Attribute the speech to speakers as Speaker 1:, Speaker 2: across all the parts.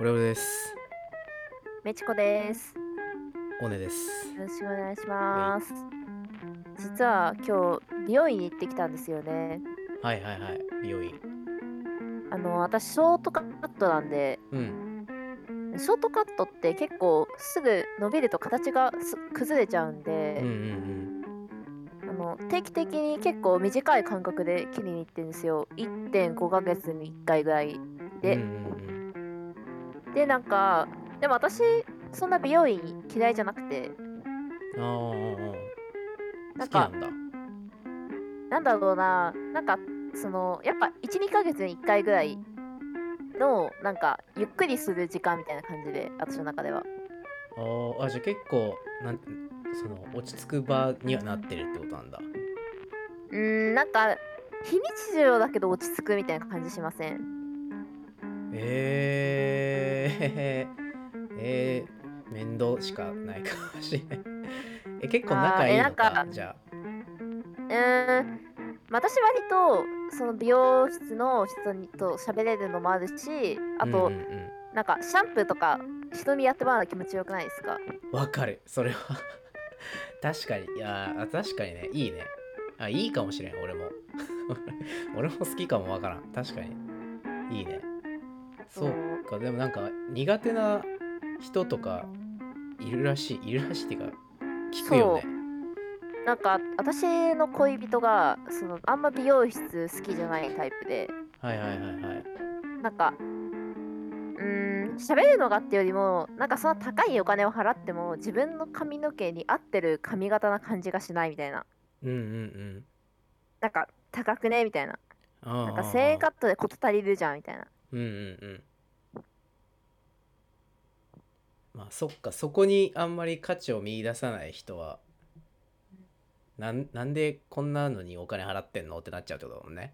Speaker 1: オレオレです。
Speaker 2: めちこです。
Speaker 1: オネです。
Speaker 2: よろしくお願いします。実は今日美容院に行ってきたんですよね。
Speaker 1: はいはいはい。美容院。
Speaker 2: あの私ショートカットなんで、
Speaker 1: うん。
Speaker 2: ショートカットって結構すぐ伸びると形がす崩れちゃうん
Speaker 1: うんう
Speaker 2: で、
Speaker 1: ん
Speaker 2: あの定期的に結構短い間隔で切りに行ってるんですよ。1.5ヶ月に1回ぐらい
Speaker 1: うん。
Speaker 2: で、
Speaker 1: うんうん
Speaker 2: でなんかでも私そんな美容院嫌いじゃなくて、
Speaker 1: うん、あーあーあー。
Speaker 2: なん
Speaker 1: 好きな
Speaker 2: か
Speaker 1: んだ。
Speaker 2: なんだろうな、なんかそのやっぱ12ヶ月に1回ぐらいのなんかゆっくりする時間みたいな感じで私の中では
Speaker 1: あーあ、じゃあ結構、なんその落ち着く場にはなってるってことなんだ。
Speaker 2: うーんなんか非日常だけど落ち着くみたいな感じしません
Speaker 1: えー、 えー、面倒しかないかもしれない。え、結構仲いい
Speaker 2: あーえな
Speaker 1: の
Speaker 2: ん
Speaker 1: か
Speaker 2: か
Speaker 1: じゃあ。
Speaker 2: うーん私割とその美容室の人にと喋れるのもあるしあと、
Speaker 1: うんうんうん
Speaker 2: なんかシャンプーとか人にやってもらうの気持ちよくないですか
Speaker 1: わかるそれは 確かにいやー確かにねいいねあいいかもしれん俺も 俺も好きかもわからん確かにいいねそうかでもなんか苦手な人とかいるらしいいるらしいっていうか聞くよね
Speaker 2: なんか私の恋人がそのあんま美容室好きじゃないタイプで
Speaker 1: はいはいはいはい
Speaker 2: なんか、うーん、喋るのがってよりも、なんかその高いお金を払っても、自分の髪の毛に合ってる髪型な感じがしないみたいな。
Speaker 1: うんうんうん
Speaker 2: なんか、高くねみたいな。
Speaker 1: あ
Speaker 2: なんか、
Speaker 1: ー
Speaker 2: 1000円カットで事足りるじゃんみたいな。
Speaker 1: うんうんうんまあそっかそこにあんまり価値を見出さない人はなんなんでこんなのにお金払ってんのってなっちゃうってことだもんね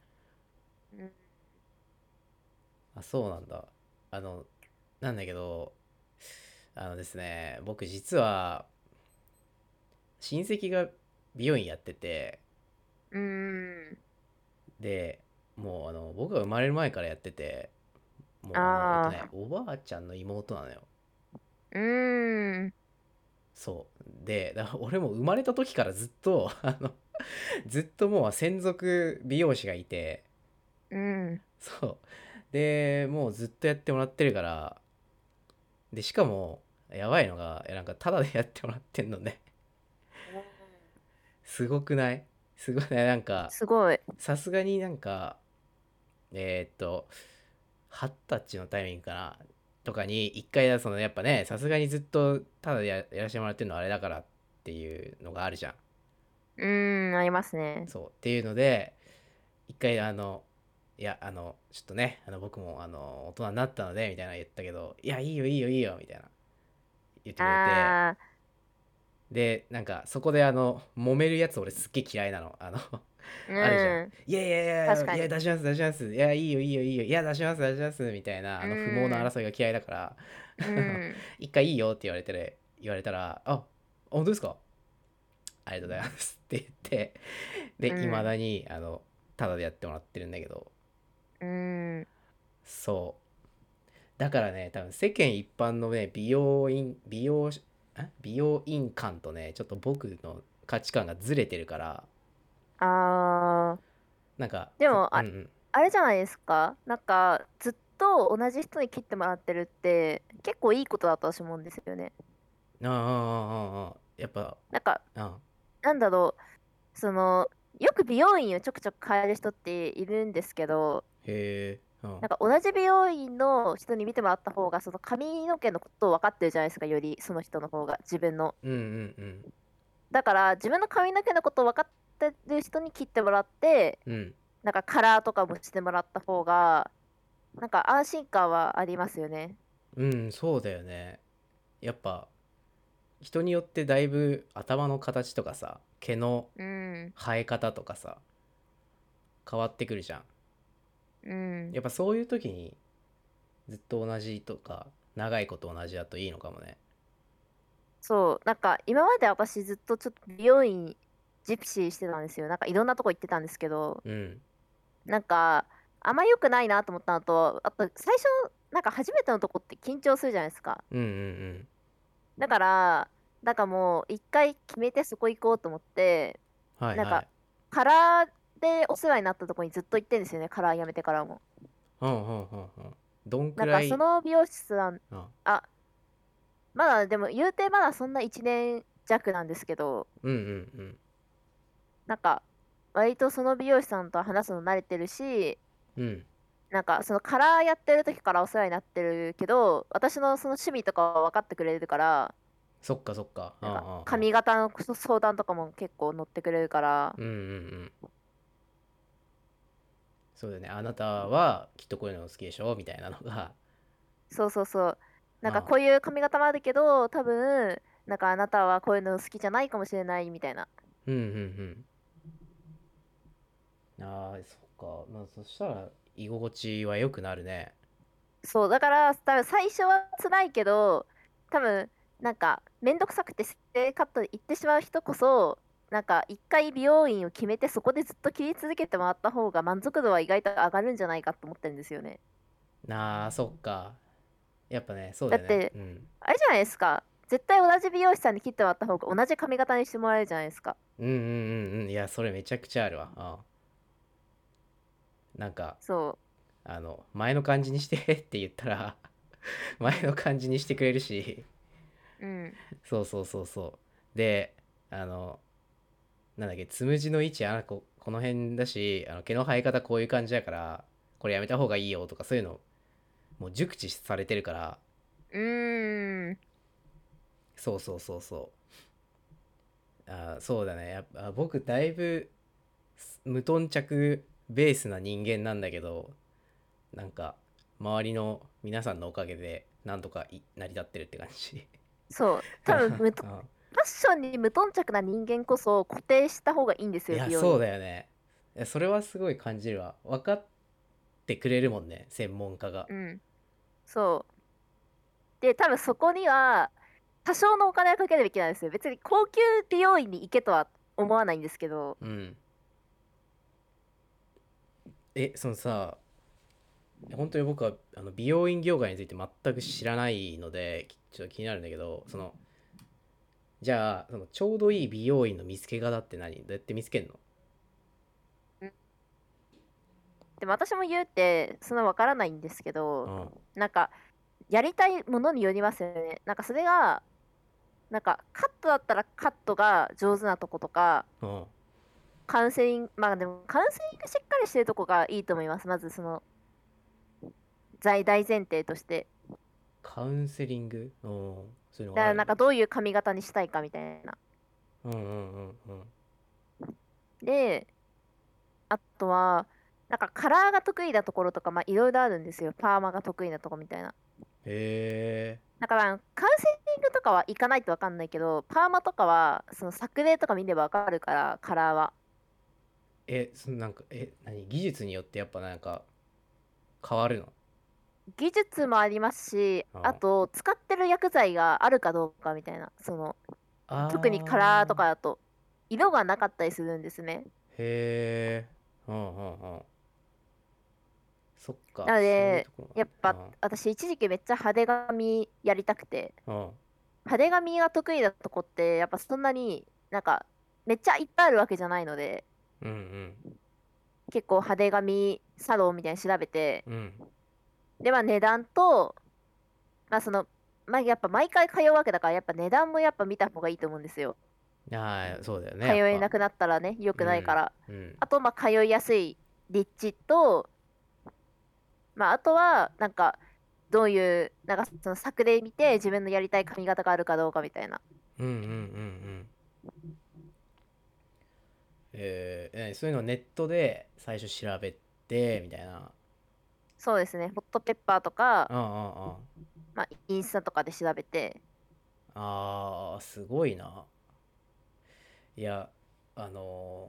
Speaker 2: うん
Speaker 1: あそうなんだあのなんだけどあのですね僕実は親戚が美容院やってて
Speaker 2: うーん。
Speaker 1: でもうあの僕が生まれる前からやっててもうあの
Speaker 2: あー
Speaker 1: えっとね、おばあちゃんの妹なのよ
Speaker 2: うーん。
Speaker 1: そうでだから俺も生まれた時からずっと あのずっともう専属美容師がいて
Speaker 2: うん。
Speaker 1: そうでもうずっとやってもらってるからでしかもやばいのがいやなんかタダでやってもらってんのね すごくないすごいねなんか
Speaker 2: すごい。
Speaker 1: さすがになんかえーっと二十歳のタイミングかなとかに一回そのやっぱねさすがにずっとただややらせてもらってるのはあれだからっていうのがあるじゃん
Speaker 2: うーん、ありますね。
Speaker 1: そうっていうので一回あのいやあのちょっとねあの僕もあの大人になったのでみたいなの言ったけどいやいいよいいよいいよみたいな言ってくれて
Speaker 2: あ
Speaker 1: でなんかそこであの揉めるやつ俺すっげえ嫌いなのあの
Speaker 2: ー、
Speaker 1: あるじゃ
Speaker 2: うん。
Speaker 1: いやいやいや
Speaker 2: 確か
Speaker 1: い
Speaker 2: に
Speaker 1: や出します出しますいやいいよいいよいいよいや出します出しますみたいなあの
Speaker 2: うん
Speaker 1: 不毛な争いが嫌いだから
Speaker 2: うん、
Speaker 1: 一回いいよって言われてる言われたらあ本当ですかありがとうございますって言ってで
Speaker 2: うん
Speaker 1: いまだにあのタダでやってもらってるんだけど
Speaker 2: うん。
Speaker 1: そうだからね多分世間一般のね美容院美容しあ美容院感とねちょっと僕の価値観がずれてるから
Speaker 2: あー。
Speaker 1: なんか
Speaker 2: でもあ
Speaker 1: うんうん
Speaker 2: あれじゃないですかなんかずっと同じ人に切ってもらってるって結構いいことだと私思うんですよね。
Speaker 1: ああああああやっぱ
Speaker 2: なんか
Speaker 1: うん
Speaker 2: なんだろうそのよく美容院をちょくちょく変える人っているんですけど
Speaker 1: へえ、うん
Speaker 2: なんか同じ美容院の人に見てもらった方がその髪の毛のことを分かってるじゃないですかよりその人の方が自分の。
Speaker 1: うんうん
Speaker 2: だから自分の髪の毛のことを分かってる人に切ってもらって
Speaker 1: うんうん
Speaker 2: なんかカラーとかもしてもらった方がなんか安心感はありますよね。
Speaker 1: うんそうだよねやっぱ人によってだいぶ頭の形とかさ毛の
Speaker 2: うん、
Speaker 1: 生え方とかさ変わってくるじゃ
Speaker 2: うん
Speaker 1: んやっぱそういう時にずっと同じとか長いこと同じだといいのかもね
Speaker 2: そう、なんか今まで私ずっとちょっと美容院ジプシーしてたんですよ。なんかいろんなとこ行ってたんですけど、
Speaker 1: うん
Speaker 2: なんかあんま良くないなと思ったのとあと最初なんか初めてのとこって緊張するじゃないですか
Speaker 1: うんうん
Speaker 2: だからなんかもう一回決めてそこ行こうと思って
Speaker 1: うんはい
Speaker 2: なん
Speaker 1: は
Speaker 2: か
Speaker 1: い
Speaker 2: カラーでお世話になったとこにずっと行ってんですよねカラーやめてからも
Speaker 1: うんうんうんうんどん
Speaker 2: な
Speaker 1: く
Speaker 2: ん
Speaker 1: ら
Speaker 2: か
Speaker 1: い
Speaker 2: その美容師さん
Speaker 1: あ
Speaker 2: あまだでも言うてまだそんな1年弱なんですけど
Speaker 1: うんうん
Speaker 2: なんか割とその美容師さんと話すの慣れてるし
Speaker 1: うんうん
Speaker 2: なんかそのカラーやってる時からお世話になってるけど私のその趣味とかは分かってくれるから
Speaker 1: そっかそっか
Speaker 2: なん
Speaker 1: あああ
Speaker 2: か
Speaker 1: あ
Speaker 2: 髪型のそ相談とかも結構乗ってくれるから
Speaker 1: うんうんうんそうだよねあなたはきっとこういうの好きでしょみたいなのが
Speaker 2: そうそうそうなん
Speaker 1: あ
Speaker 2: か
Speaker 1: あ
Speaker 2: こういう髪型もあるけど多分なんかあなたはこういうの好きじゃないかもしれないみたいな
Speaker 1: うんうんうんああそっかまあそしたら居心地は良くなるね
Speaker 2: そうだから多分最初は辛いけど多分なんか面倒くさくてステカットで行ってしまう人こそなんか一回美容院を決めてそこでずっと切り続けてもらった方が満足度は意外と上がるんじゃないかと思ってるんですよね
Speaker 1: ああそっかやっぱねそうだよね
Speaker 2: だっ
Speaker 1: う
Speaker 2: て
Speaker 1: ん
Speaker 2: あれじゃないですか絶対同じ美容師さんに切ってもらった方が同じ髪型にしてもらえるじゃないですか
Speaker 1: うんうんうんうんいやそれめちゃくちゃあるわあなんか
Speaker 2: そ
Speaker 1: あの前の感じにしてって言ったら 前の感じにしてくれるし
Speaker 2: ううん
Speaker 1: そうそうそうそうであのなんだっけつむじの位置あここの辺だしあの毛の生え方こういう感じだからこれやめた方がいいよとかそういうのもう熟知されてるから
Speaker 2: うーん
Speaker 1: そうそうそうそうあーそうだねやっぱ僕だいぶす無頓着ベースな人間なんだけどなんか周りの皆さんのおかげでなんとかい成り立ってるって感じ
Speaker 2: そう多分 無と
Speaker 1: う
Speaker 2: フ
Speaker 1: ん
Speaker 2: ァッションに無頓着な人間こそ固定した方がいいんです
Speaker 1: い
Speaker 2: よ
Speaker 1: や
Speaker 2: 美容院
Speaker 1: そうだよねいやそれはすごい感じるわ分かってくれるもんね専門家が
Speaker 2: うん、そう。で、多分そこには多少のお金はかけるべきなんですよ。別に高級美容院に行けとは思わないんですけど、
Speaker 1: うんえそのさ本当に僕はあの美容院業界について全く知らないのできちょっと気になるんだけどそのじゃあそのちょうどいい美容院の見つけ方って何どうやって見つけんの
Speaker 2: でも私も言うってそんなわからないんですけ
Speaker 1: う
Speaker 2: ど、
Speaker 1: ん
Speaker 2: なんかやりたいものによりますよね。なんかそれが、なんかカットだったらカットが上手なとことか、
Speaker 1: うん
Speaker 2: カウンセリング、まあでもカウンセリングしっかりしてるとこがいいと思います。まずその、在大前提として。
Speaker 1: カウンセリングうんそういうの
Speaker 2: だか
Speaker 1: があ
Speaker 2: ら
Speaker 1: る
Speaker 2: なんかどういう髪型にしたいかみたいな。
Speaker 1: うんうんうんうん
Speaker 2: で、あとは、なんかカラーが得意なところとか、まあいろいろあるんですよ。パーマが得意なとこみたいな。
Speaker 1: へえ
Speaker 2: だから、カウンセリングとかは行かないとわかんないけど、パーマとかは、その作例とか見ればわかるから、カラーは。
Speaker 1: えそのなんかえ何技術によってやっぱなんか変わるの
Speaker 2: 技術もありますし、
Speaker 1: ああ
Speaker 2: あと、使ってる薬剤があるかどうかみたいな。その、
Speaker 1: あー
Speaker 2: 特にカラーとかだと、色がなかったりするんですね。
Speaker 1: へえうんうんうんそっか
Speaker 2: なので
Speaker 1: そういうとこ
Speaker 2: やっぱ
Speaker 1: なんだ、
Speaker 2: 私、一時期めっちゃ派手髪やりたくて。
Speaker 1: うんうん
Speaker 2: 派手髪が得意なとこってやっぱそんなになんかめっちゃいっぱいあるわけじゃないので
Speaker 1: うん
Speaker 2: 結構派手髪サロンみたいに調べて
Speaker 1: うんうん
Speaker 2: でまあ値段とまあそのまあやっぱ毎回通うわけだからやっぱ値段もやっぱ見た方がいいと思うんですよ
Speaker 1: ああそうだよね
Speaker 2: 通えな
Speaker 1: く
Speaker 2: くなったらね良くないから、
Speaker 1: うん
Speaker 2: あとまあ通いやすい立地とまああとはなんかどういうなんかその作例見て自分のやりたい髪型があるかどうかみたいな
Speaker 1: うんうんうんうんえー、えそういうのネットで最初調べてみたいな
Speaker 2: そうですねホットペッパーとか
Speaker 1: うんうんうん
Speaker 2: まあ、インスタとかで調べて
Speaker 1: あーすごいないやあの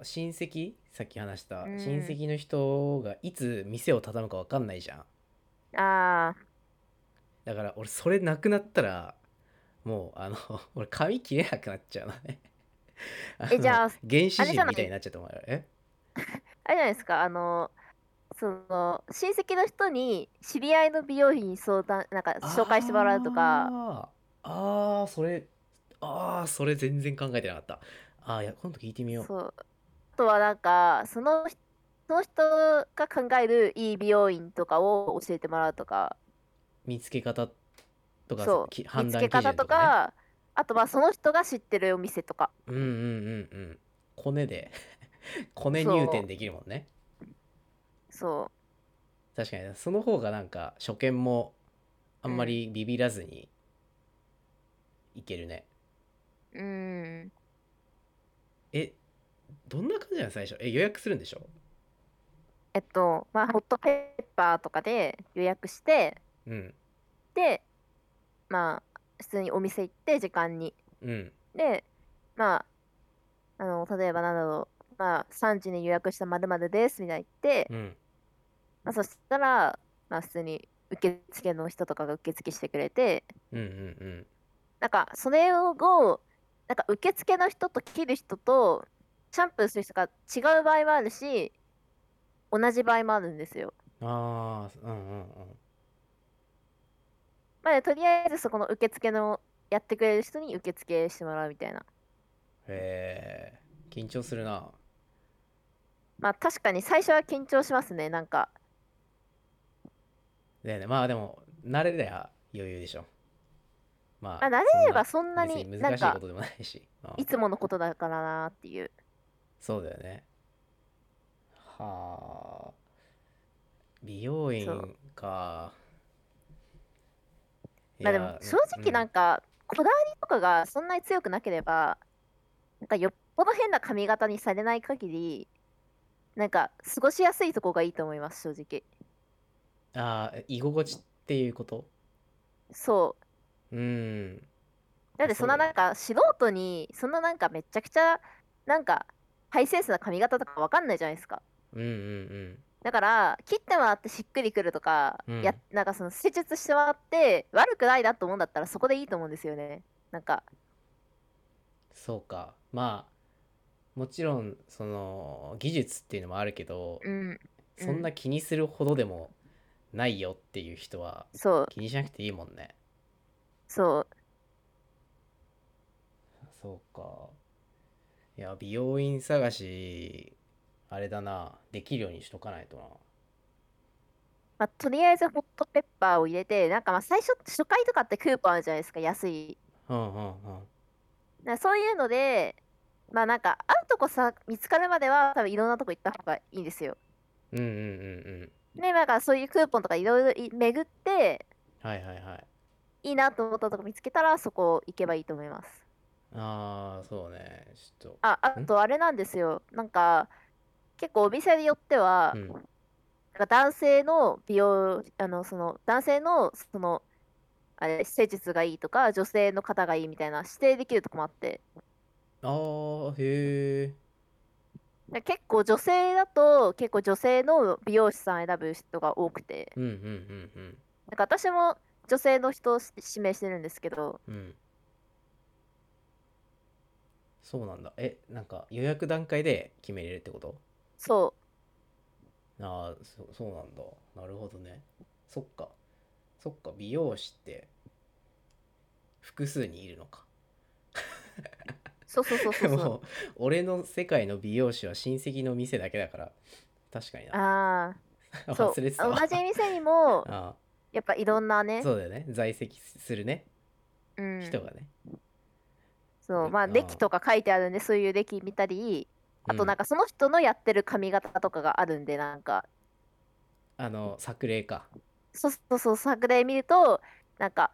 Speaker 1: ー親戚さっき話した
Speaker 2: うん
Speaker 1: 親戚の人がいつ店を畳むか分かんないじゃん
Speaker 2: ああ
Speaker 1: だから俺それなくなったらもうあの 俺髪切れなくなっちゃうのね あ
Speaker 2: えじゃあ
Speaker 1: の原始
Speaker 2: あれじゃ
Speaker 1: 人
Speaker 2: ない
Speaker 1: みたいになっちゃってもらええ
Speaker 2: あれじゃないですかあのその親戚の人に知り合いの美容院に相談なんか紹介してもらうとか
Speaker 1: あーあーそれああそれ全然考えてなかったああいや今度聞いてみよう
Speaker 2: そうあとはなんかその人その人が考えるいい美容院とかを教えてもらうとか
Speaker 1: 見つけ方とか
Speaker 2: そう
Speaker 1: き判
Speaker 2: 見つ
Speaker 1: 断
Speaker 2: け
Speaker 1: 基準
Speaker 2: 方とかあとまあその人が知ってるお店とか
Speaker 1: ね、うんうんうんうんコネで コネ入店できるもんね
Speaker 2: そ
Speaker 1: 確かにその方がなんか初見もあんまりビビらずにいけるね、
Speaker 2: ううん
Speaker 1: えどんな感じなの最初え予約するんでしょ
Speaker 2: えっとまあホットペッパーとかで予約して
Speaker 1: うん
Speaker 2: でまあ普通にお店行って時間に
Speaker 1: うん
Speaker 2: でまああの例えばなんだろうまあ3時に予約したまるですみたいに言って、
Speaker 1: うん
Speaker 2: まあ、そしたら、まあ、普通に受付の人とかが受付してくれて
Speaker 1: うんうん
Speaker 2: なんかそれををなんか受付の人と切る人とシャンプーする人が違う場合もあるし同じ場合もあるんですよ。
Speaker 1: うんああうんうんうん
Speaker 2: まあ、とりあえずそこの受付のやってくれる人に受付してもらうみたいな。
Speaker 1: へえ緊張するな
Speaker 2: まあ確かに最初は緊張しますねなんか
Speaker 1: だよねまあでも慣れりゃ余裕でしょま
Speaker 2: まあ、慣れればそんなに
Speaker 1: 別
Speaker 2: な
Speaker 1: 難
Speaker 2: ん
Speaker 1: しいこ
Speaker 2: か
Speaker 1: とでもないしうん
Speaker 2: いつものことだからなっていう
Speaker 1: そうだよねはあ美容院
Speaker 2: そう
Speaker 1: か
Speaker 2: まあでも正直なんかこだわりとかがそんなに強くなければなんかよっぽど変な髪型にされない限りなんか過ごしやすいとこがいいと思います正直
Speaker 1: ああ居心地っていうこと
Speaker 2: そ
Speaker 1: うん
Speaker 2: うだってそんななんか素人にそんななんかめちゃくちゃなんかハイセンスな髪型とかわかんないじゃないですか
Speaker 1: うんうんうん
Speaker 2: だから切ってもらってしっくりくるとか、
Speaker 1: うん
Speaker 2: やなんかその施術してもらって悪くないなと思うんだったらそこでいいと思うんですよねなんか
Speaker 1: そうかまあもちろんその技術っていうのもあるけど
Speaker 2: うん
Speaker 1: そんな気にするほどでもないよっていう人は
Speaker 2: そう
Speaker 1: 気にしなくていいもんね
Speaker 2: そう
Speaker 1: そうかいや美容院探しあれだなできるようにしとかないとな
Speaker 2: まあ、とりあえずホットペッパーを入れて、なんかまあ最初、初回とかってクーポンあるじゃないですか、安い。
Speaker 1: うんうんうん
Speaker 2: なんかそういうので、まあなんか、あるとこさ、見つかるまでは、多分いろんなとこ行った方がいいんですよ。
Speaker 1: うんうんうんうん
Speaker 2: で、なんかそういうクーポンとかいろいろい巡って、
Speaker 1: はいはいはい
Speaker 2: いいなと思ったとこ見つけたら、そこ行けばいいと思います。
Speaker 1: ああそうねちょっと
Speaker 2: あ、あ
Speaker 1: ん
Speaker 2: とあれなんですよ、なんか、結構お店によっては、
Speaker 1: うん
Speaker 2: なんか男性の美容、あの、その、男性の、その、あれ、施術がいいとか、女性の方がいいみたいな、指定できるとこもあって。
Speaker 1: あーへえ
Speaker 2: で結構女性だと結構女性の美容師さん選ぶ人が多くて
Speaker 1: うんうんうん
Speaker 2: なんか私も女性の人をし指名してるんですけど
Speaker 1: うんうんそうなんだえなんか予約段階で決めれるってこと
Speaker 2: そ
Speaker 1: ああそそうなんだなるほどねそっかそっか美容師って複数にいるのか
Speaker 2: うそうそうそうそう そ
Speaker 1: もう俺の世界の美容師は親戚の店だけだから確かに
Speaker 2: う
Speaker 1: な
Speaker 2: ああそう
Speaker 1: 忘れてた
Speaker 2: 同
Speaker 1: わ
Speaker 2: じ店にも
Speaker 1: あ
Speaker 2: やっぱいろんな
Speaker 1: あ
Speaker 2: ね
Speaker 1: そうだよね在籍するね
Speaker 2: うん
Speaker 1: 人がね、
Speaker 2: そうま
Speaker 1: あ
Speaker 2: あ
Speaker 1: ー
Speaker 2: 歴とか書いてあるんでそういう歴見たりあとなん
Speaker 1: か
Speaker 2: かその人のやってる髪型とかがあるんでなんか
Speaker 1: あの作例か
Speaker 2: そうそうそう作例見るとなんか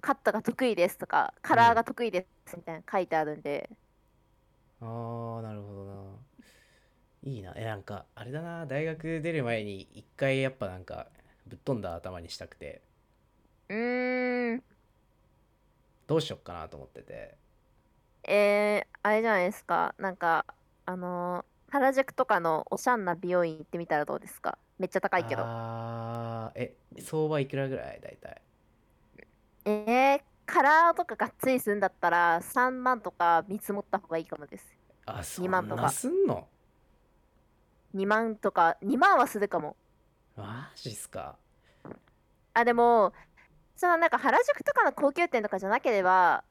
Speaker 2: カットが得意ですとかカラーが得意ですみたいなの書いてあるんで
Speaker 1: あーなるほどないいなえなんかあれだな大学出る前に一回やっぱなんかぶっ飛んだ頭にしたくて
Speaker 2: うーん
Speaker 1: どうしよっかなと思ってて
Speaker 2: えー、あれじゃないですか。なんか、あのー原宿とかのおしゃんな美容院行ってみたらどうですかめっちゃ高いけど。
Speaker 1: あーえ相場いくらぐらい大体
Speaker 2: えー、カラーとかがっつりするんだったら3万とか見積もった方がいいかもです。
Speaker 1: あそん
Speaker 2: 万と
Speaker 1: な
Speaker 2: か
Speaker 1: すんの
Speaker 2: 2万とか、2万はするかも。
Speaker 1: マジっすか
Speaker 2: あでもそのなんか原宿とかの高級店とかじゃなければ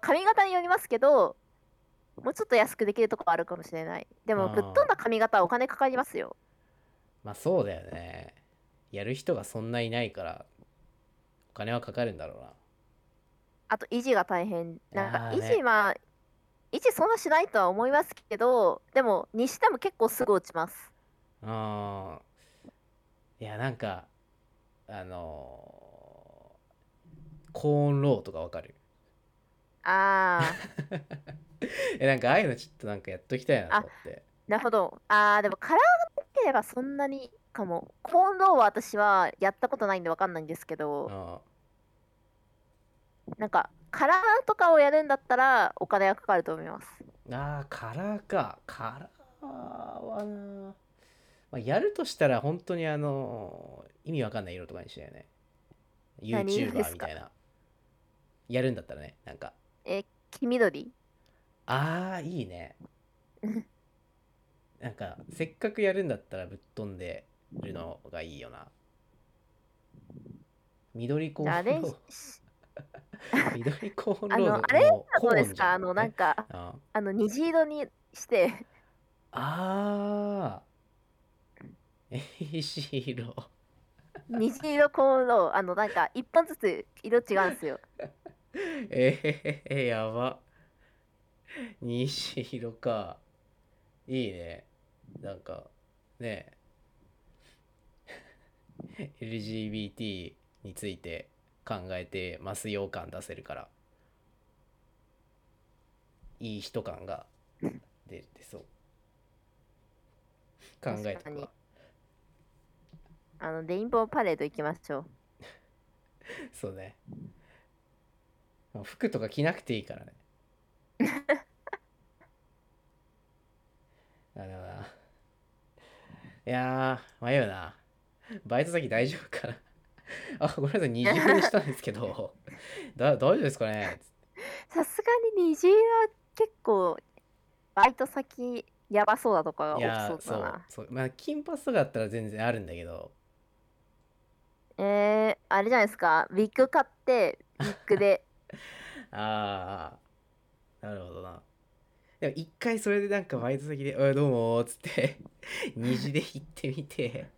Speaker 2: 髪型によりますけどもうちょっと安くできるとこあるかもしれないで
Speaker 1: あ
Speaker 2: も
Speaker 1: ー
Speaker 2: ぶっ飛んだ髪型はお金かかりますよ
Speaker 1: まあそうだよねやる人がそんないないからお金はかかるんだろうな
Speaker 2: あと維持が大変なんか
Speaker 1: あー
Speaker 2: 維
Speaker 1: ね
Speaker 2: 持は、維持そんなしないとは思いますけどでもにしても結構すぐ落ちます
Speaker 1: あーいやなんかあのーコーンローとかわかる
Speaker 2: ああ
Speaker 1: えなんかああいうのちょっとなんかやっときたいなと思って
Speaker 2: なるほどああでもカラーがなければそんなにかもコーンローは私はやったことないんでわかんないんですけど、
Speaker 1: あ
Speaker 2: なんかカラーとかをやるんだったらお金がかかると思います
Speaker 1: ーあーカラーかカラーはな、まあ、やるとしたら本当にあのー意味わかんない色とかにしないよね
Speaker 2: 何色で
Speaker 1: YouTuber
Speaker 2: す
Speaker 1: み
Speaker 2: か
Speaker 1: たいなやるんだったらねなんか
Speaker 2: 黄緑
Speaker 1: ああいい ね
Speaker 2: うん
Speaker 1: なんかせっかくやるんだったらぶっ飛んでるのがいいよな緑コー
Speaker 2: あれ
Speaker 1: ンロー
Speaker 2: し
Speaker 1: 緑コーン
Speaker 2: あ
Speaker 1: ロー
Speaker 2: の
Speaker 1: の
Speaker 2: あれ
Speaker 1: もう
Speaker 2: どうで
Speaker 1: コ
Speaker 2: す
Speaker 1: ーンじゃ
Speaker 2: か
Speaker 1: ん
Speaker 2: あのなん
Speaker 1: ね
Speaker 2: か
Speaker 1: あ
Speaker 2: あの虹色にして
Speaker 1: あーえいしい色
Speaker 2: 虹色コーンローあのなんか一本ずつ色違うんですよ
Speaker 1: えへへへやば西色かいいねなんかねえ LGBT について考えてますよ感出せるからいい人感が出出そう考え
Speaker 2: 確か
Speaker 1: た
Speaker 2: に
Speaker 1: か
Speaker 2: あのレインボーパレード行きましょう
Speaker 1: そうねもう服とか着なくていい からねあでもないやー迷うなバイト先大丈夫かなあごめんなさい二重にしたんですけどだ大丈夫ですかね
Speaker 2: さすがに虹色は結構バイト先やばそうだとかが
Speaker 1: い
Speaker 2: 起
Speaker 1: やー
Speaker 2: きそうだな
Speaker 1: そうまあ金髪とかだったら全然あるんだけど
Speaker 2: えー、あれじゃないですかウィッグ買ってウィッグで
Speaker 1: ああ、なるほどな。でも一回それでなんかバイト先で、おいどうもーっつって、 虹で行ってみて。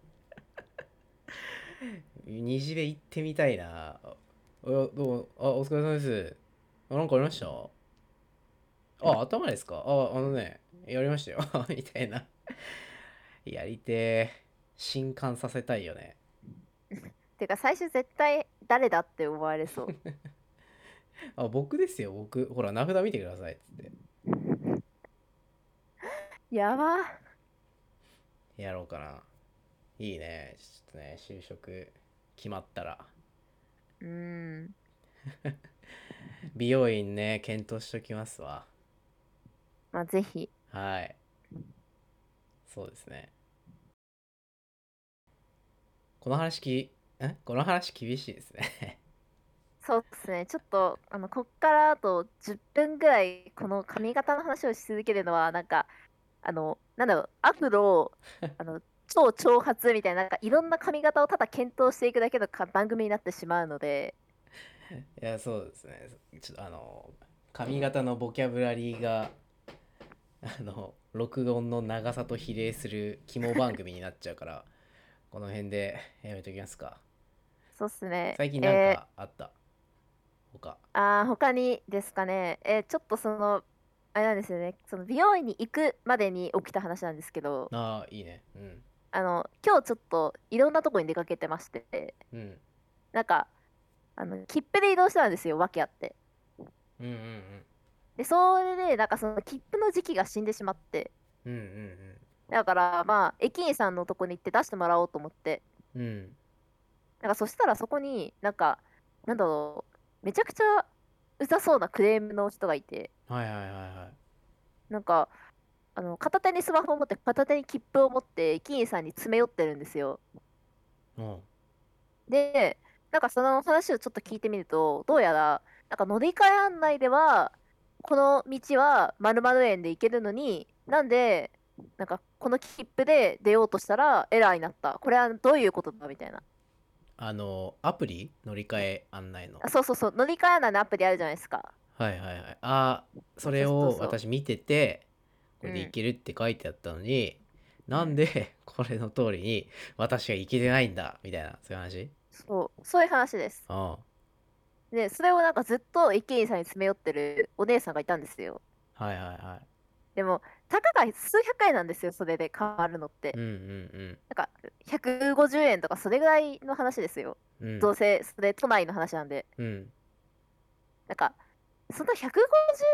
Speaker 1: 虹で行ってみたいな。おどうも、あ、お疲れ様です。あ、なんかありましたあ、頭ですかあ、あのね、やりましたよ。 みたいな。やりてー。新刊させたいよね。
Speaker 2: てか最初絶対誰だって思われそう
Speaker 1: あ、僕ですよ、僕。ほら、名札見てください。っつって。
Speaker 2: やば
Speaker 1: やろうかな。いいね。ちょっとね、就職決まったら。
Speaker 2: うーん
Speaker 1: 美容院ね、検討しときますわ。
Speaker 2: まあぜひ
Speaker 1: はい。そうですね。この話き、んこの話厳しいですね。
Speaker 2: そうですねちょっとあのこっからあと10分ぐらいこの髪型の話をし続けるのはなんかあのなんだろうア フロあの超長髪みたいななんかいろんな髪型をただ検討していくだけのか番組になってしまうので
Speaker 1: いや、そうですね。ちょっとあの、髪型のボキャブラリーが、あの、録音の長さと比例する肝番組になっちゃうから、この辺でやめときますか。
Speaker 2: そうですね
Speaker 1: 最近なん
Speaker 2: えー
Speaker 1: かあった、他。
Speaker 2: あー他にですかね、えーちょっとそのあれなんですよねその美容院に行くまでに起きた話なんですけど
Speaker 1: ああいいねうん
Speaker 2: あの今日ちょっといろんなとこに出かけてまして
Speaker 1: うん
Speaker 2: なんかあの切符で移動したんですよ訳あって
Speaker 1: うんうん
Speaker 2: でそれでなんかその切符の時期が死んでしまって
Speaker 1: うんうん
Speaker 2: だからまあ駅員さんのとこに行って出してもらおうと思って
Speaker 1: うんうんうん
Speaker 2: なんかそしたらそこになんかなんだろうめちゃくちゃうざそうなクレームの人がいて
Speaker 1: はいはいはいは
Speaker 2: なんかあの片手にスマホを持って片手に切符を持って駅員さんに詰め寄ってるんですよ
Speaker 1: いうん
Speaker 2: でなんかその話をちょっと聞いてみるとどうやらなんか乗り換え案内ではこの道は○○円で行けるのになんでなんかこの切符で出ようとしたらエラーになったこれはどういうことだみたいな
Speaker 1: あのアプリ乗り換え案内の
Speaker 2: あそうそうそう乗り換えないのアプリあるじゃないですか
Speaker 1: はいはいはいあーそれ
Speaker 2: そう
Speaker 1: を
Speaker 2: そうそう
Speaker 1: 私見ててこれで
Speaker 2: うん
Speaker 1: いけるって書いてあったのに、なんで これの通りに私がいけてないんだみたいなそういう話
Speaker 2: そうそういう話です
Speaker 1: うん
Speaker 2: でそれをなんかずっと駅員さんに詰め寄ってるお姉さんがいたんですよ
Speaker 1: はいはいは
Speaker 2: でもたかが数百円なんですよそれで変わるのって
Speaker 1: いうんうん
Speaker 2: なんか150円とかそれぐらいの話ですよ
Speaker 1: うんうん
Speaker 2: どうせそれ都内の話なんで
Speaker 1: うん
Speaker 2: なんかその150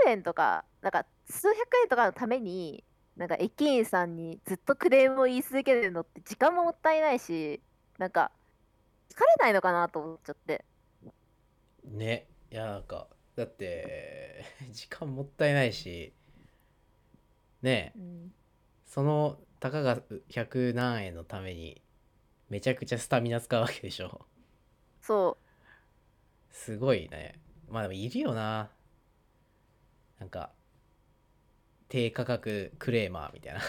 Speaker 2: 円とかなんか数百円とかのためになんか駅員さんにずっとクレームを言い続けてるのって時間ももったいないしなんか疲れないのかなと思っちゃって
Speaker 1: ねいやなんかだって 時間もったいないしねえそのたかが100何円のためにめちゃくちゃスタミナ使うわけでしょ
Speaker 2: そ
Speaker 1: すごいねまあでもいるよななんか低価格クレーマーみたいな
Speaker 2: う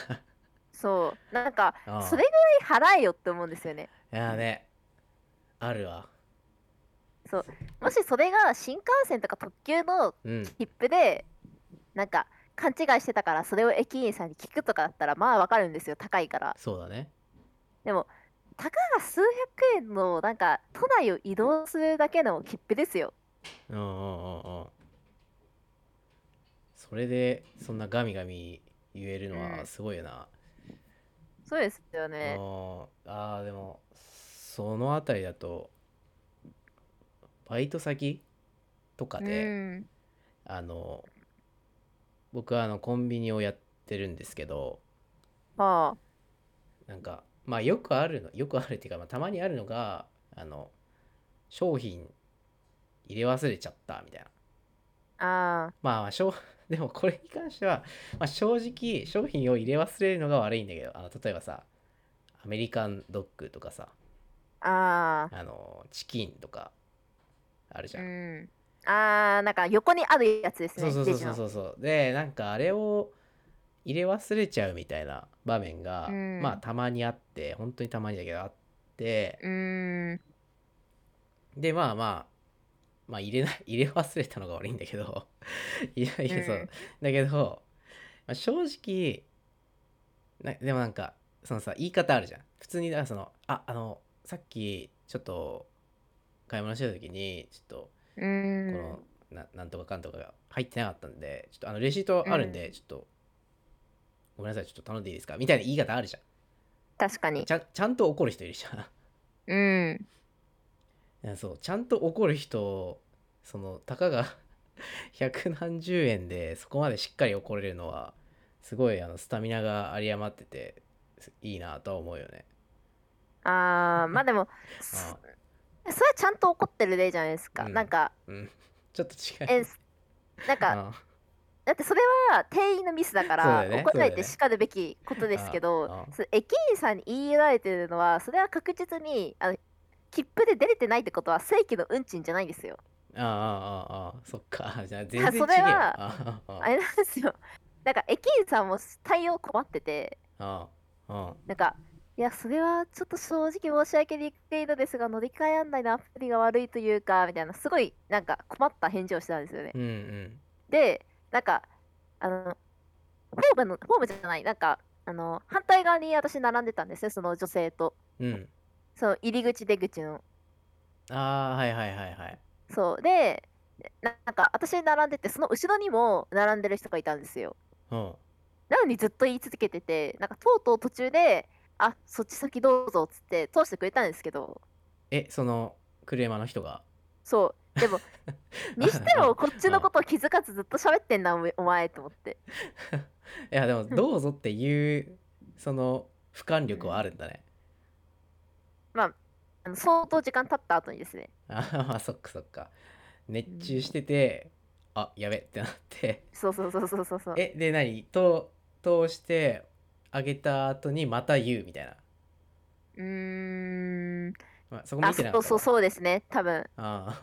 Speaker 2: そうなんか
Speaker 1: ああ
Speaker 2: それぐらい払えよって思うんですよね
Speaker 1: いやねあるわ
Speaker 2: もしそれが新幹線とか特急の
Speaker 1: うん
Speaker 2: 切符でなんか勘違いしてたからそれを駅員さんに聞くとかだったらまあわかるんですよ高いから
Speaker 1: そうだね
Speaker 2: たかが数百円のなんか都内を移動するだけの切符ですよ
Speaker 1: うんうんうんうんそれでそんなガミガミ言えるの
Speaker 2: う
Speaker 1: は
Speaker 2: ん
Speaker 1: すごいよな、
Speaker 2: そうですよ
Speaker 1: あ
Speaker 2: ね
Speaker 1: のーあーでもその辺りだとバイト先とか
Speaker 2: う
Speaker 1: で、
Speaker 2: ん
Speaker 1: あの僕はあのコンビニをやってるんですけど
Speaker 2: は
Speaker 1: なんかまあよくあるのよくあるっていうか、まあ、たまにあるのがあの商品入れ忘れちゃったみたいな
Speaker 2: あああ
Speaker 1: まあまあしょう でもこれに関しては、まあ、正直商品を入れ忘れるのが悪いんだけどあの例えばさアメリカンドッグとかさ
Speaker 2: あ
Speaker 1: あのチキンとかあるじ
Speaker 2: あ
Speaker 1: ゃん。
Speaker 2: うんああなんか横にあるやつです
Speaker 1: そうそうそうそう
Speaker 2: ねレジ
Speaker 1: そうそうでなんかあれを入れ忘れちゃうみたいな場面が、
Speaker 2: うん
Speaker 1: まあたまにあって本当にたまにだけどあって
Speaker 2: のうん
Speaker 1: でまあまあまあ入れない 入れ忘れたのが悪いんだけど いやいやそう、
Speaker 2: うん
Speaker 1: だけど、まあ、正直なでもなんかそのさ言い方あるじゃん普通にだからそのああのさっきちょっと買い物してた時にちょっと
Speaker 2: う
Speaker 1: こ
Speaker 2: ん
Speaker 1: のななんとかかんとかが入ってなかったんでちょっとあのレシートあるんで、
Speaker 2: うん
Speaker 1: ちょっとごめんなさいちょっと頼んでいいですかみたいな言い方あるじ
Speaker 2: 確か
Speaker 1: ゃん
Speaker 2: に
Speaker 1: ちゃんちゃんと怒る人いるじゃんい
Speaker 2: うん
Speaker 1: やそうちゃんと怒る人そのたかが 百何十円でそこまでしっかり怒れるのはすごいあのスタミナが有り余っててすいいなとは思うよね
Speaker 2: ああまあでもそ
Speaker 1: あ
Speaker 2: それはちゃんと怒ってる例じゃないですか、
Speaker 1: うん
Speaker 2: なんか
Speaker 1: うんちょっと違う
Speaker 2: えなんか
Speaker 1: あ
Speaker 2: だってそれは店員のミスだか
Speaker 1: そう
Speaker 2: ら
Speaker 1: だよね
Speaker 2: 怒らない
Speaker 1: そうだよ
Speaker 2: で
Speaker 1: ね
Speaker 2: 叱るべきことですけ
Speaker 1: あ
Speaker 2: ど
Speaker 1: あ、
Speaker 2: そう駅員さんに言いられてるのはそれは確実にあの切符で出れてないってことは正規の運賃じゃないんですよ。
Speaker 1: あああああそっかじゃあ全
Speaker 2: あ
Speaker 1: 然違う
Speaker 2: それは
Speaker 1: ああ
Speaker 2: あれなんですよ。なんか駅員さんも対応困ってて
Speaker 1: ああああ
Speaker 2: なんかいやそれはちょっと正直申し訳にくいのですが乗り換え案内のアプリが悪いというかみたいなすごいなんか困った返事をしたんですよね。
Speaker 1: うんうん
Speaker 2: でなんかあのホームのホームじゃないなんかあの反対側に私並んでたんですねその女性と
Speaker 1: うん
Speaker 2: その入り口出口の
Speaker 1: ああはいはいはいはい
Speaker 2: そうでななんか私に並んでてその後ろにも並んでる人がいたんですよ
Speaker 1: うん
Speaker 2: なのにずっと言い続けててなんかとうとう途中で「あそっち先どうぞ」っつって通してくれたんですけど
Speaker 1: えそのクレーマーの人が
Speaker 2: そうでもにしてもこっちのことを気づかずずっと喋ってんなおめお前と思って
Speaker 1: いやでもどうぞっていうその俯瞰力はあるんだね、
Speaker 2: あの相当時間経った後にですね
Speaker 1: あ あそっかそっか熱中してて、あやべってなって
Speaker 2: そうそうそうそうそうそう
Speaker 1: えで何と通してあげた後にまた言うみたいな、
Speaker 2: うーん
Speaker 1: まあ、そこ
Speaker 2: あ
Speaker 1: 見てなか
Speaker 2: そ
Speaker 1: った
Speaker 2: うそうそうですね多分
Speaker 1: あ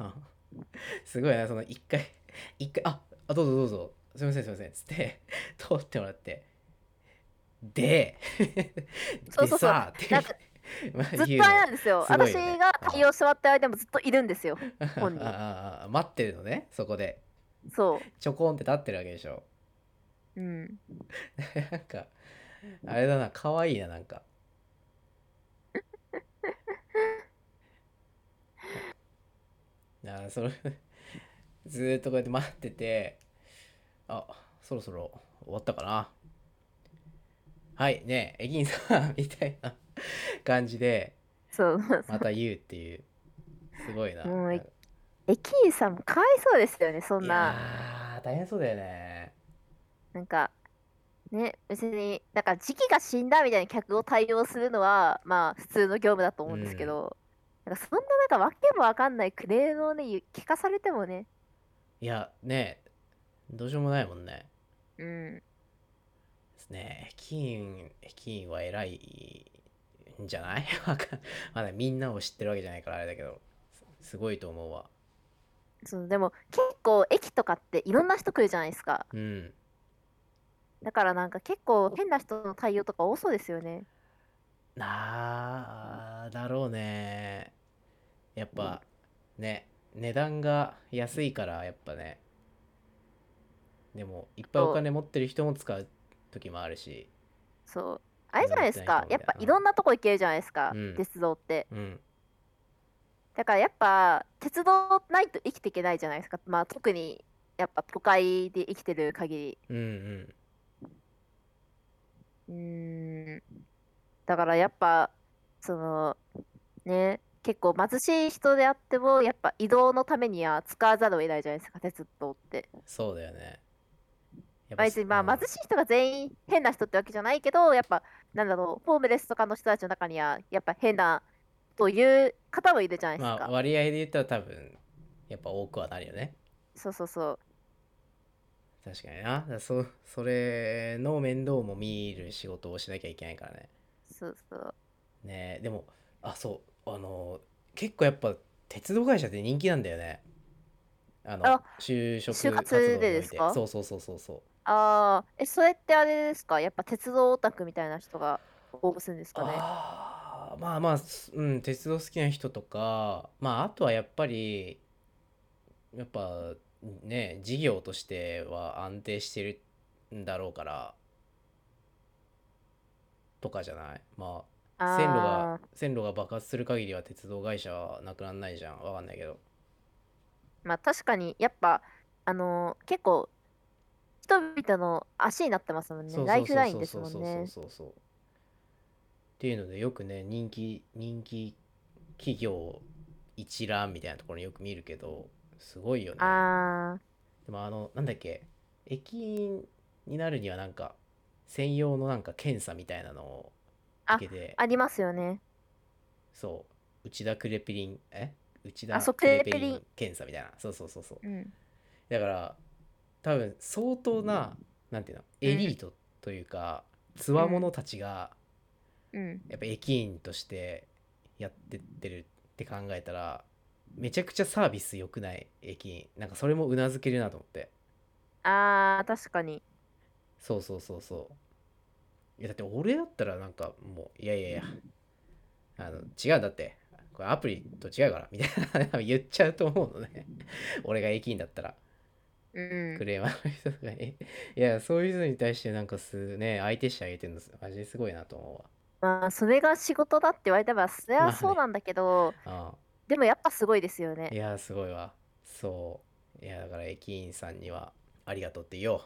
Speaker 1: あ すごいなその一回 一回ああどうぞどうぞすいませんすいませんっつって通ってもらってで
Speaker 2: そうそ
Speaker 1: で
Speaker 2: うそう
Speaker 1: さって
Speaker 2: なんか
Speaker 1: まあ
Speaker 2: ずっと
Speaker 1: 言う
Speaker 2: あれなんですよ
Speaker 1: すごいよね
Speaker 2: 私が対応してもらってる間もずっといるんですよ
Speaker 1: の
Speaker 2: 本人
Speaker 1: ああああ待ってるのねそこで
Speaker 2: そ
Speaker 1: ちょこんって立ってるわけでしょ
Speaker 2: ううん
Speaker 1: なんかあれだな可愛いななんか ああそれ ずーっとこうやって待っててあそろそろ終わったかなはいねえ駅員さん みたいな感じで
Speaker 2: そう
Speaker 1: また言うっていうすごいな
Speaker 2: もう
Speaker 1: なん
Speaker 2: い
Speaker 1: か
Speaker 2: 駅員さんもかわいそうですよねそん
Speaker 1: い
Speaker 2: な
Speaker 1: やー大変そうだよね
Speaker 2: なんかね別になんか時期が死んだみたいな客を対応するのはまあ普通の業務だと思うんですけど、なんかそんななんかわけもわかんないクレームをねゆ聞かされてもね
Speaker 1: いやねえどうしようもないもんね
Speaker 2: うん
Speaker 1: ですね駅員駅員は偉いんじゃない わかんまだみんなを知ってるわけじゃないからあれだけどすすごいと思うわ
Speaker 2: そうでも結構駅とかっていろんな人来るじゃないですか
Speaker 1: うん
Speaker 2: だからなんか結構変な人の対応とか多そうですよね
Speaker 1: なあだろうねやっぱね値段が安いからやっぱねでもいっぱいお金持ってる人も使う時もあるし
Speaker 2: そうあれじゃないですか
Speaker 1: 乗
Speaker 2: や
Speaker 1: っ
Speaker 2: っ
Speaker 1: ない人みたい
Speaker 2: て
Speaker 1: な
Speaker 2: ぱいろんなとこ行けるじゃないですか、
Speaker 1: うん
Speaker 2: 鉄道って
Speaker 1: うん
Speaker 2: だからやっぱ鉄道ないと生きていけないじゃないですかまあ特にやっぱ都会で生きてる限り
Speaker 1: うんうん
Speaker 2: うーんだからやっぱそのね結構貧しい人であってもやっぱ移動のためには使わざるを得ないじゃないですか鉄道って。
Speaker 1: そうだよねやっ
Speaker 2: ま
Speaker 1: ぱ
Speaker 2: あ、別にま
Speaker 1: うん
Speaker 2: あ貧しい人が全員変な人ってわけじゃないけどやっぱなんだろうホームレスとかの人たちの中にはやっぱ変なという方もいるじゃないです
Speaker 1: まあ
Speaker 2: か。
Speaker 1: 割合で言ったら多分やっぱ多くはなるよね
Speaker 2: そうそうそう
Speaker 1: 確かになだからそそれの面倒も見る仕事をしなきゃいけないからね
Speaker 2: そうそう。
Speaker 1: ねえでもあそうあの結構やっぱ鉄道会社って人気なんだよねあの
Speaker 2: あ
Speaker 1: 就職
Speaker 2: 就活
Speaker 1: 活動において
Speaker 2: でですか
Speaker 1: そうそうそうそうそう
Speaker 2: ああ、え、それってあれですかやっぱ鉄道オタクみたいな人が応募するんですかね。
Speaker 1: ああまあまあ、すうん、鉄道好きな人とか、まあ、あとはやっぱり、やっぱね、事業としては安定してるんだろうから、とかじゃないまあ、線路
Speaker 2: あ
Speaker 1: が、線路が爆発する限りは鉄道会社はなくならないじゃん。わかんないけど。
Speaker 2: ーまあ確かにやっぱあのー結構人々の足になってますもんね。
Speaker 1: そう
Speaker 2: ラ
Speaker 1: そ
Speaker 2: イ
Speaker 1: う
Speaker 2: フライン
Speaker 1: そう
Speaker 2: です
Speaker 1: そう
Speaker 2: もん
Speaker 1: そうそう
Speaker 2: ね。
Speaker 1: そうそう。っていうので、よくね、人気、人気企業一覧みたいなところによく見るけど、すごいよね。
Speaker 2: ああ、
Speaker 1: でもあの、なんだっけ、駅員になるにはなんか、専用のなんか検査みたいなのを受けて、
Speaker 2: ありますよね。
Speaker 1: そう、内田クレペリン、え内田
Speaker 2: あそう
Speaker 1: クレペ
Speaker 2: クレペ
Speaker 1: リ
Speaker 2: リ
Speaker 1: ン
Speaker 2: ン
Speaker 1: 検査みたいな。そうそうそうそう。
Speaker 2: うん。
Speaker 1: だから、多分相当な、なんていうの、エリートというか、つわものたちが、
Speaker 2: うん。
Speaker 1: やっぱ駅員としてやってってるって考えたら、めちゃくちゃサービス良くない駅員。なんかそれもうなずけるなと思って。
Speaker 2: ああ、確かに。
Speaker 1: そうそうそうそう。いやだって俺だったらなんかもういやいやいやあの違うんだってこれアプリと違うからみたいな 言っちゃうと思うのね俺が駅員だったら
Speaker 2: うん
Speaker 1: ク。レーマーの人とかに いやそういう人に対してなんかすね相手してあげてるのマジですごいなと思
Speaker 2: まあそれが仕事だって言われたらそれ
Speaker 1: まあ
Speaker 2: は
Speaker 1: ね
Speaker 2: そうなんだけど、
Speaker 1: うわ
Speaker 2: でもやっぱすごいですよ
Speaker 1: うんい
Speaker 2: ね。
Speaker 1: やすごいわそういやだから駅員さんにはありがとうって言おう